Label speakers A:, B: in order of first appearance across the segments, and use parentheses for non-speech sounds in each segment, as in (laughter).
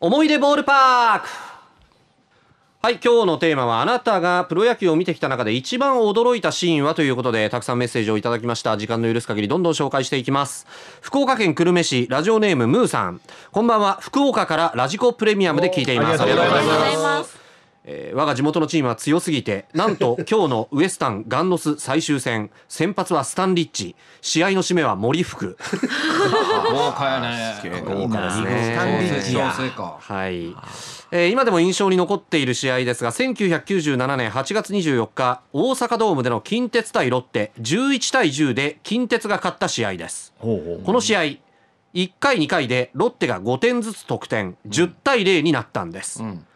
A: 思い出ボールパークはい今日のテーマはあなたがプロ野球を見てきた中で一番驚いたシーンはということでたくさんメッセージをいただきました時間の許す限りどんどん紹介していきます福岡県久留米市ラジオネームムーさんこんばんは福岡からラジコプレミアムで聞いています
B: おーありがとうございます
C: ありがとうございます
A: えー我が地元のチームは強すぎてなん
B: (laughs)
A: と今日のウエスタンガンノス最終戦先発はスタンリッチ試合の締めは森福
B: 豪華やね。
A: 豪華ですね
B: スタンリッチや。
A: はい、えー今でも印象に残っている試合ですが1997年8月24日大阪ドームでの近鉄対ロッテ11対10で近鉄が勝った試合ですこの試合1回2回でロッテが5点ずつ得点10対0になったんです、
B: ん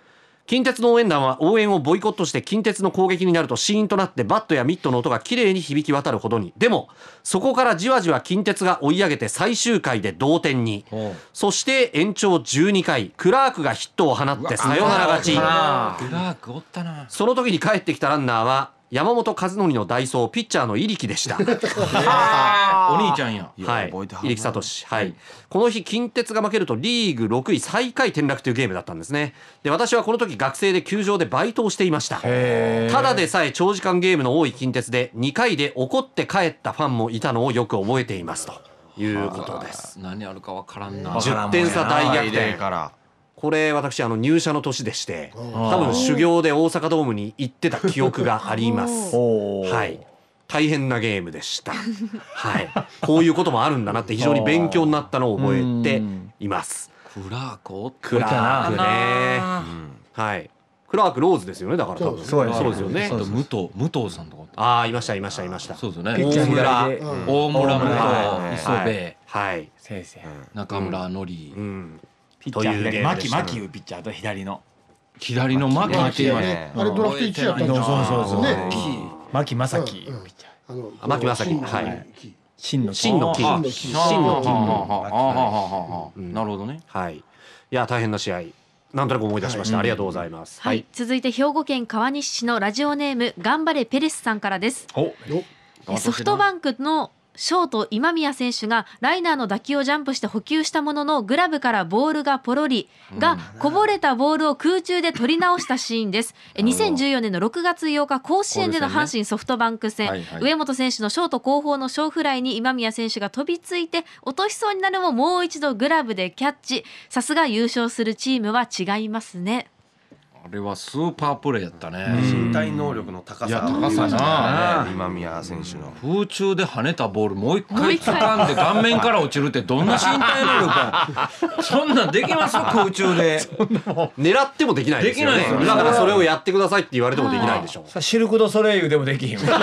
A: 近鉄の応援団は応援をボイコットして近鉄の攻撃になるとシーンとなってバットやミットの音が綺麗に響き渡るほどにでもそこからじわじわ近鉄が追い上げて最終回で同点に
B: おう
A: そして延長12回クラークがヒットを放ってサヨナラ勝ち
B: グラークおったな。
A: その時に帰ってきたランナーは山本和則の代走ピッチャーの入木でした。
B: お兄ちゃんや。
A: はい
C: や
A: い、
C: 覚えては
A: 入
C: る
A: 木聡、はいこの日近鉄が負けるとリーグ6位最下位転落というゲームだったんですねで私はこの時学生で球場でバイトをしていましたただでさえ長時間ゲームの多い近鉄で2回で怒って帰ったファンもいたのをよく覚えていますということです
B: 何あるかわからんな。
A: 10点差大逆転
C: から
A: これ私あの入社の年でして多分修行で大阪ドームに行ってた記憶がありますはい。大変なゲームでした。はい。こういうこともあるんだなって非常に勉強になったのを覚えています。
B: クラークおった。
A: クラークね。はい。クラークローズですよね。だから多分。
D: そうです
A: そうですよね。
B: あと武藤武藤さんとかおった。
A: ああいましたいましたいました。
B: そうですよ
D: ピッチャ
B: ね。
D: ー左
A: 大
D: で、
E: うん
B: 大村
A: はい
B: 武藤磯部
A: はい。
D: 先生。
B: 中村のり
A: うん。
F: ピッチャ
A: という
F: ー
A: ゲ
F: 左
A: ーム
F: マ
A: で
F: キ
A: した
F: マキいうピッチャーと左の
B: 左の牧
E: マ
B: っ
E: キ
B: てい
E: ねや
B: う
E: ね
B: のは
E: あれドラフト1位やったんですよ
D: そうそうそう
E: ね
D: 牧正樹
E: う。んあの
A: あ牧正樹
E: 真の
A: はい
E: 木
D: 真の
A: 真の木。
B: あ
E: 真
B: あ
A: 真の
B: はあは
A: 木。
B: あはあはあはあ
A: ん
B: なるほどね。
A: はい。いや大変な試合。なんとなく思い出しました。ありがとうございます。
C: はい、。続いて兵庫県川西市のラジオネーム頑張れペレスさんからですソフトバンクのショート今宮選手がライナーの打球をジャンプして補給したもののグラブからボールがポロリがこぼれたボールを空中で取り直したシーンですえ2014年の6月8日甲子園での阪神ソフトバンク戦、
B: はいはい
C: 上本選手のショート後方の小フライに今宮選手が飛びついて落としそうになるももう一度グラブでキャッチさすが優勝するチームは違いますね
B: あれはスーパープレーやったね。
C: ん
E: 身体能力の高
B: いや
E: さ
B: 高さな
E: ね今宮選手の
B: 空中で跳ねたボールもう一
C: もう
B: 回
C: 一回
B: 掴んで顔面から落ちるってどんな身体能力かそんなんできます空中で
A: 狙ってもできないですよね。
B: できないですよ
A: だからそれをやってくださいって言われてもできないでしょ。
D: さシルク・ド・ソレイユでもできひんわそれほん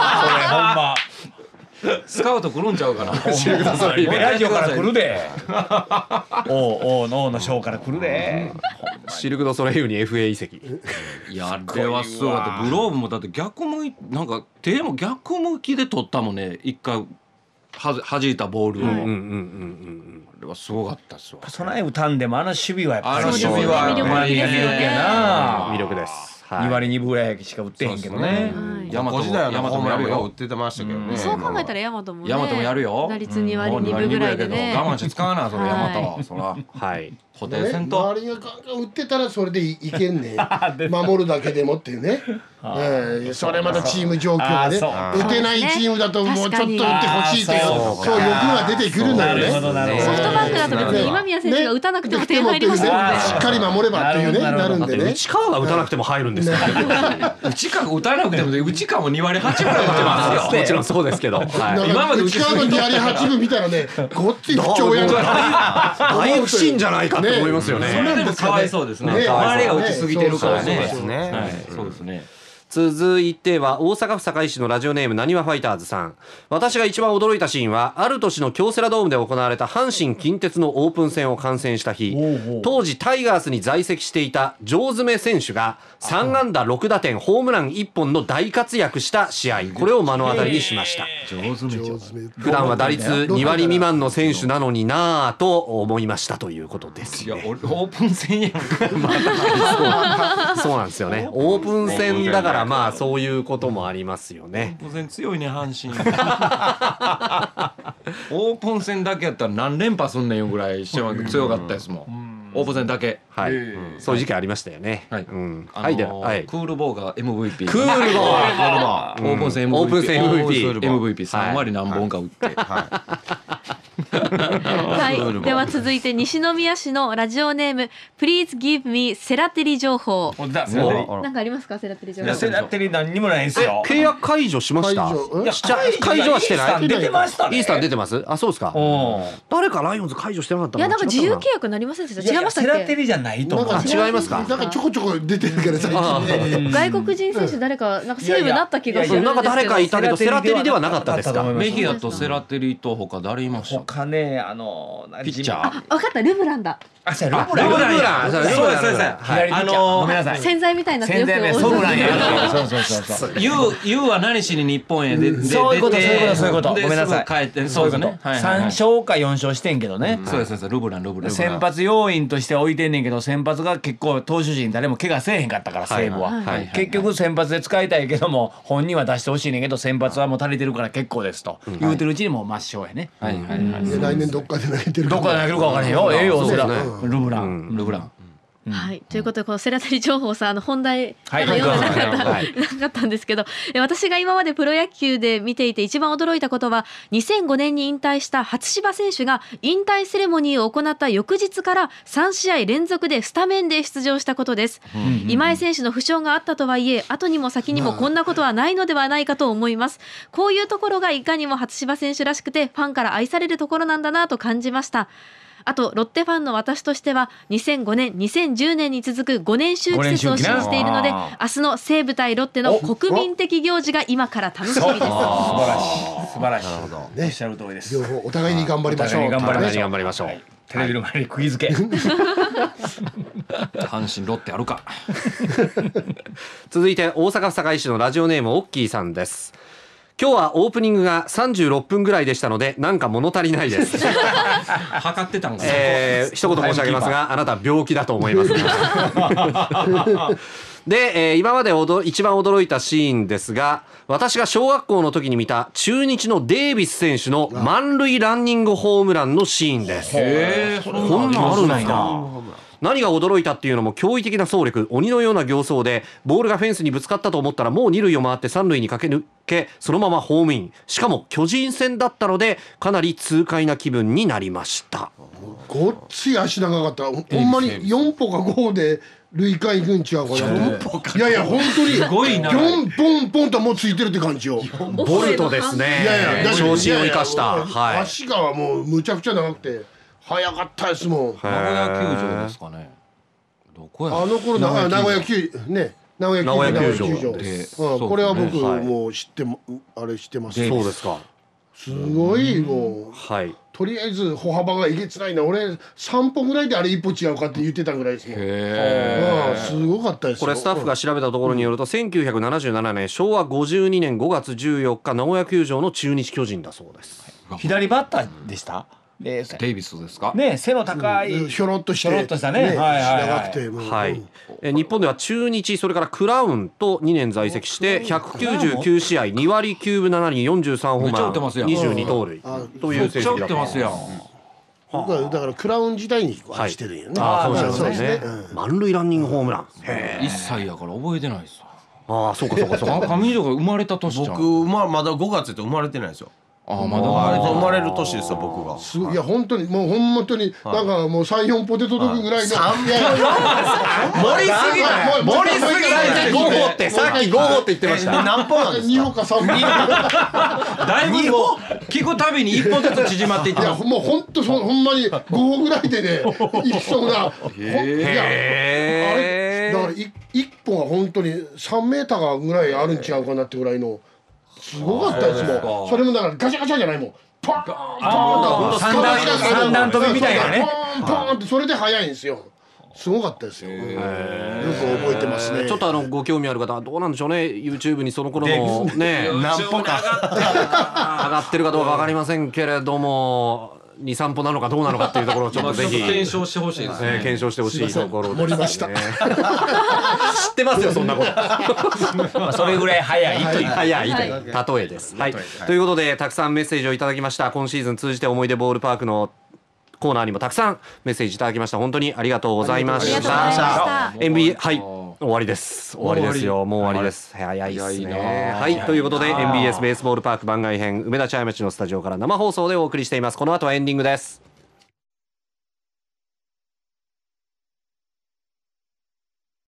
D: ま
B: スカウト来るんちゃうかな
D: ラジオから来るでおうおうの王のショーから来るで
A: シルクドソレイユに FA 移籍。
B: いやあれはすごかったグローブもだって逆向いなんか手も逆向きで取ったもんね一回はず弾いたボールを、
A: うんうんうんう
B: あ
A: ん
B: れはすごかったっすわ
D: 備え歌んでもあの守備はやっぱ
B: あ
D: り
B: の守備は
D: ほんまに
B: 魅力ですよね
D: 魅力や
A: うん。魅力
D: な
A: です。は
D: 2割2分ぐらいしか打ってへんけどね
C: はい
B: 大和
E: 5時代のホームランもよう打ってましたけど
D: う
E: ね
D: ん
C: そう考えたらヤマトもね
B: ヤマトもやるよ
C: 打率2割
B: もう
C: 2
B: 二
C: 分ぐらいで
B: 二
C: ね
B: やけど我慢して使わなそれ
C: はい
B: ヤマトそら
A: はい。
B: 固定せんと
E: 周
B: ね
E: りがガンガン打ってたらそれでいけんね
D: (laughs)
E: 守るだけでもっていうね、ええそれまたチーム状況がね
D: あ
C: そう
E: 打てないチームだともうちょっと打ってほしいという
D: 確
E: そう
D: か
E: 欲が出てくるのよ
D: なるほどな
E: ね
D: るほど
C: ソフトバンクだと別
E: ね
C: に今宮選手が打たなくても点入りますもんね。
D: ね
E: しっかり守ればっていうね
D: なる
E: なる
D: ほど
E: んでね
A: 内川が打たなくても入るんですよ。
B: 内川打たなくても内川も2割8ぐらい打ってますよ
A: もちろんそうですけど。
E: だ
A: はい。
B: 今
E: か
B: ま
E: ら
B: で
E: 内側のギャリ8分見た
D: (laughs)
E: らねごっつい不調やんか
A: 大不審じゃないかって思いますよ
B: それ
A: ね。
B: でもかわいそうですね
E: ね
B: 周りが打ちすぎてるから
E: そうそ
B: ね
E: うそうそう
B: はいそうですね
A: 続いては大阪府堺市のラジオネームなにわファイターズさん。私が一番驚いたシーンは、ある年の京セラドームで行われた阪神近鉄のオープン戦を観戦した日、当時タイガースに在籍していた城詰選手が3安打6打点ホームラン1本の大活躍した試合、これを目の当たりにしました。
B: 上手に
E: 上手ね
A: 普段は打率2割未満の選手なのになぁと思いましたということです、
B: いや
A: ね。
B: 俺オープン戦やん
A: (laughs) そうなんですよね。オープン戦だからまあそういうこともありますよ
B: オー
A: ね。
B: プン戦強いね阪神オープン戦だけやったら何連覇すんねんよぐらいしても強かったですもん、オープン戦だけ
A: はい、
E: えー
A: そういう時期ありましたよね。
B: はい
A: うん、
B: あ
A: は
B: の
A: い、
B: ー
A: では、はい。
B: クールボーが MVP
A: クールボー
B: ーオープン戦 MVP
A: オープン戦 MVP
B: オープン戦 MVP
A: はい
B: 3割何本か打って、
F: は
C: は
F: ルール
C: い、
F: も
C: では続いて西宮市のラジオネーム Please give me セラテリ情報
D: おだ
F: い。
D: セラテリ
F: あら
C: なんかありますかセラテリ情
D: い
C: 報
D: やセラテリ何にもないんすよ
A: 契約解除しました。
E: 解除え
D: いや
A: しちゃ解除はしてない
D: イースタン出てましたね
A: イースタン出てます。あ、そうですか。
D: お
A: 誰かライオンズ解除してなかった
C: いやなんか自
A: 違
C: 由
A: った
C: 契約になりませんでした
D: い
C: 違いましたっ
D: セラテ
C: け
D: リじゃないと思う
A: あ違いますか
E: なんかちょこちょこ出てるから最
A: あ
E: 近ね。
C: 外国人選手誰かなんかセーブなった気がするんです
A: な
C: けど
D: いや
A: んか誰かいたけど、セラテリではなかったですか。
D: セラテ
B: メ
D: リではなかった
B: ヒ
D: と思います
B: アとセラテリと他誰いました
D: 他ねあの
B: ピッチャー
C: あ分かったルブランだ
D: あそうや
A: あ
D: ルブラン
A: ルブラン
D: そうや
A: ルブラン
D: そうやそうや
A: はい
D: 左ピッチャー
B: あのー
D: ごめんなさい
C: 洗剤みたいなってよ
D: 宣
C: く
D: 伝名
C: お
D: ソブラン
C: っしゃって
D: やそうそうそうそう
B: ユウユウは何しに日本へでで
D: そういうこと
B: 出
D: そ
B: て
D: ういうことそういうこと
B: で
D: ごめんなさい
B: すぐ帰ってそうですねはいはいはい
D: 3勝か4勝してんけどね
B: そうですそうですルブランルブラン
D: 先発要員として置いてんねんけど先発が結構投手陣誰も怪我せえへんかったから西武
A: はい
D: は
A: はいはい
D: 結局先発で使いたいけども本人は出してほしいねんけど先発はもう足りてるから結構ですと言うてるうちにもう抹消やね
B: はいはいはい
E: で来年どっかで泣いてる。
D: どこで投げるか分からへんよええよそらルブラン
B: ルブラン
C: はい、ということでこのセラテリ情報さあの本題
D: はい
C: のようななかった、
A: はい
C: なかったんですけどえ私が今までプロ野球で見ていて一番驚いたことは2005年に引退した初芝選手が引退セレモニーを行った翌日から3試合連続でスタメンで出場したことです、今井選手の負傷があったとはいえ後にも先にもこんなことはないのではないかと思いますこういうところがいかにも初芝選手らしくてファンから愛されるところなんだなと感じましたあとロッテファンの私としては2005年2010年に続く5年周期説を
D: 五年周期な
C: 信じているので
D: あ
C: 明日の西武対ロッテの国民的行事が今から楽しみです
D: 素晴らしい素晴らしいおっしゃる通りです
E: 両方お互いに頑張りましょう。
D: お互い
A: に頑張りましょう
D: はいテレビの前に釘付け
B: 阪神ロッテあるか
A: 続いて大阪府堺市のラジオネームオッキーさんです今日はオープニングが36分ぐらいでしたのでなんか物足りないです
B: (laughs) 測ってたんかな (laughs)
A: えー一言申し上げますがあなた病気だと思いますで、えー今までおど一番驚いたシーンですが私が小学校の時に見た中日のデイビス選手の満塁ランニングホームランのシーンです
B: えーそ
A: こんなんあるんです
D: な
A: か何が驚いたっていうのも驚異的な走力鬼のような形相でボールがフェンスにぶつかったと思ったらもう二塁を回って三塁に駆け抜けそのままホームインしかも巨人戦だったのでかなり痛快な気分になりました
E: ごっつい足長かった。ほほんまに四歩か五歩で累計行くんちゃうかな。いやいや本当に。す
B: ごい長い
E: 四ポンポンともうついてるって感じよ。い
A: ボルトですね
E: やいや。
A: 調子を生かした
E: いやいや
A: はい
E: 足がもうむちゃくちゃ長くて早かったですもん。
B: 名古屋球場ですかねどこや
E: あの頃な名古屋球ね名古屋
A: 名古屋
E: 球
A: 球場
E: 場名古屋
A: で
E: 球
B: す
E: 場。う
B: そ
E: ん
B: う
E: これは僕
A: ねはい
E: もう知ってもあれ知ってます。
A: そうですか
E: すごいもう
A: はい
E: とりあえず歩幅がえげつないな俺3歩ぐらいであれ1歩違うかって言ってたぐらいですもん、うん、すごかったです
A: こ
E: よ
A: れスタッフが調べたところによると1977年昭和52年5月14日名古屋球場の中日巨人だそうです
D: 左バッターでしたで
B: デイビスですか
D: ね背の高い
E: ひょろっとして
D: ひょろっとしたねはいはいはい
E: 長くてもう
A: はい、えー日本では中日それからクラウンと2年在籍して199試合2割9分7厘43ホー
B: めっちゃ
A: マ
B: 打ってます
A: ー
B: やん
A: 22盗塁
E: あ
A: とい
B: め
A: う
B: っ
A: 成
B: ちゃ
A: 績
B: 打
A: だ
B: ってますやん
E: 僕はだからクラウン時代にはしてるんよね、
A: ああー
E: ま
A: かもしれない
E: そう
A: ですね
E: うん
A: 満塁ランニングホームラン
B: 一歳やから覚えてないですわ
A: ああそうかそうかそう
B: あ
A: か
B: 上戸が生まれた年じゃん
F: 僕ままだ5月って生まれてないですよ。
B: あまだ
F: 生
B: 生
F: ま
B: ま
F: れ
B: れて
F: て生まれる年ですよ僕が。
E: すごいいや本当にもう本当になんかもう34ポテトドッグぐらいの、
F: はい
E: いやいや
F: 盛りすぎない
E: もうもう
F: 盛りすぎない
A: 5号ってさっき5号って言ってまし
F: え
A: た
F: 何本なんです
E: 2
F: か
E: 歩か3歩
B: だいぶ聞くたびに一歩ずつ縮まっていっ
E: いや
B: た
E: もう本当そほんまに5歩ぐらい
D: (laughs)
E: でねいきそうなほんいやあれ
A: へ
E: だから
A: え
E: い一本は本当に3メーターぐらいあるんちゃうかなってぐらいのすごかったですもんそれもだからガシャガシャじゃないもんパーンと
D: あー三段三段跳びみたいなね
E: パーンパーンってそれで速いんですよすごかったですよよく覚えてますね
A: ちょっとあのご興味ある方はどうなんでしょうね YouTube にその頃のね
F: 何歩か。
A: (laughs) 上がってるかどうかわかりませんけれども23歩なのかどうなのかっていうところをちょっとぜひ
B: 検証してほしいです
A: えー
B: ね
A: 検証してほしいところです、ね。
E: 盛りました
A: 知ってますよ、そんなこと。
D: (laughs) まあそれぐらい早いという
A: 早 (laughs) いという例えです。はい、ということで、たくさんメッセージをいただきました。今シーズン通じて思い出ボールパークの。コーナーにもたくさんメッセージいただきました本当にありがとうございま
C: あり
A: し
C: がとうございましたた。
A: NBA はい終わりです終わりですよもう終わりです早いですねはいということで NBS ベースボールパーク番外編梅田茶屋町のスタジオから生放送でお送りしていますこの後はエンディングです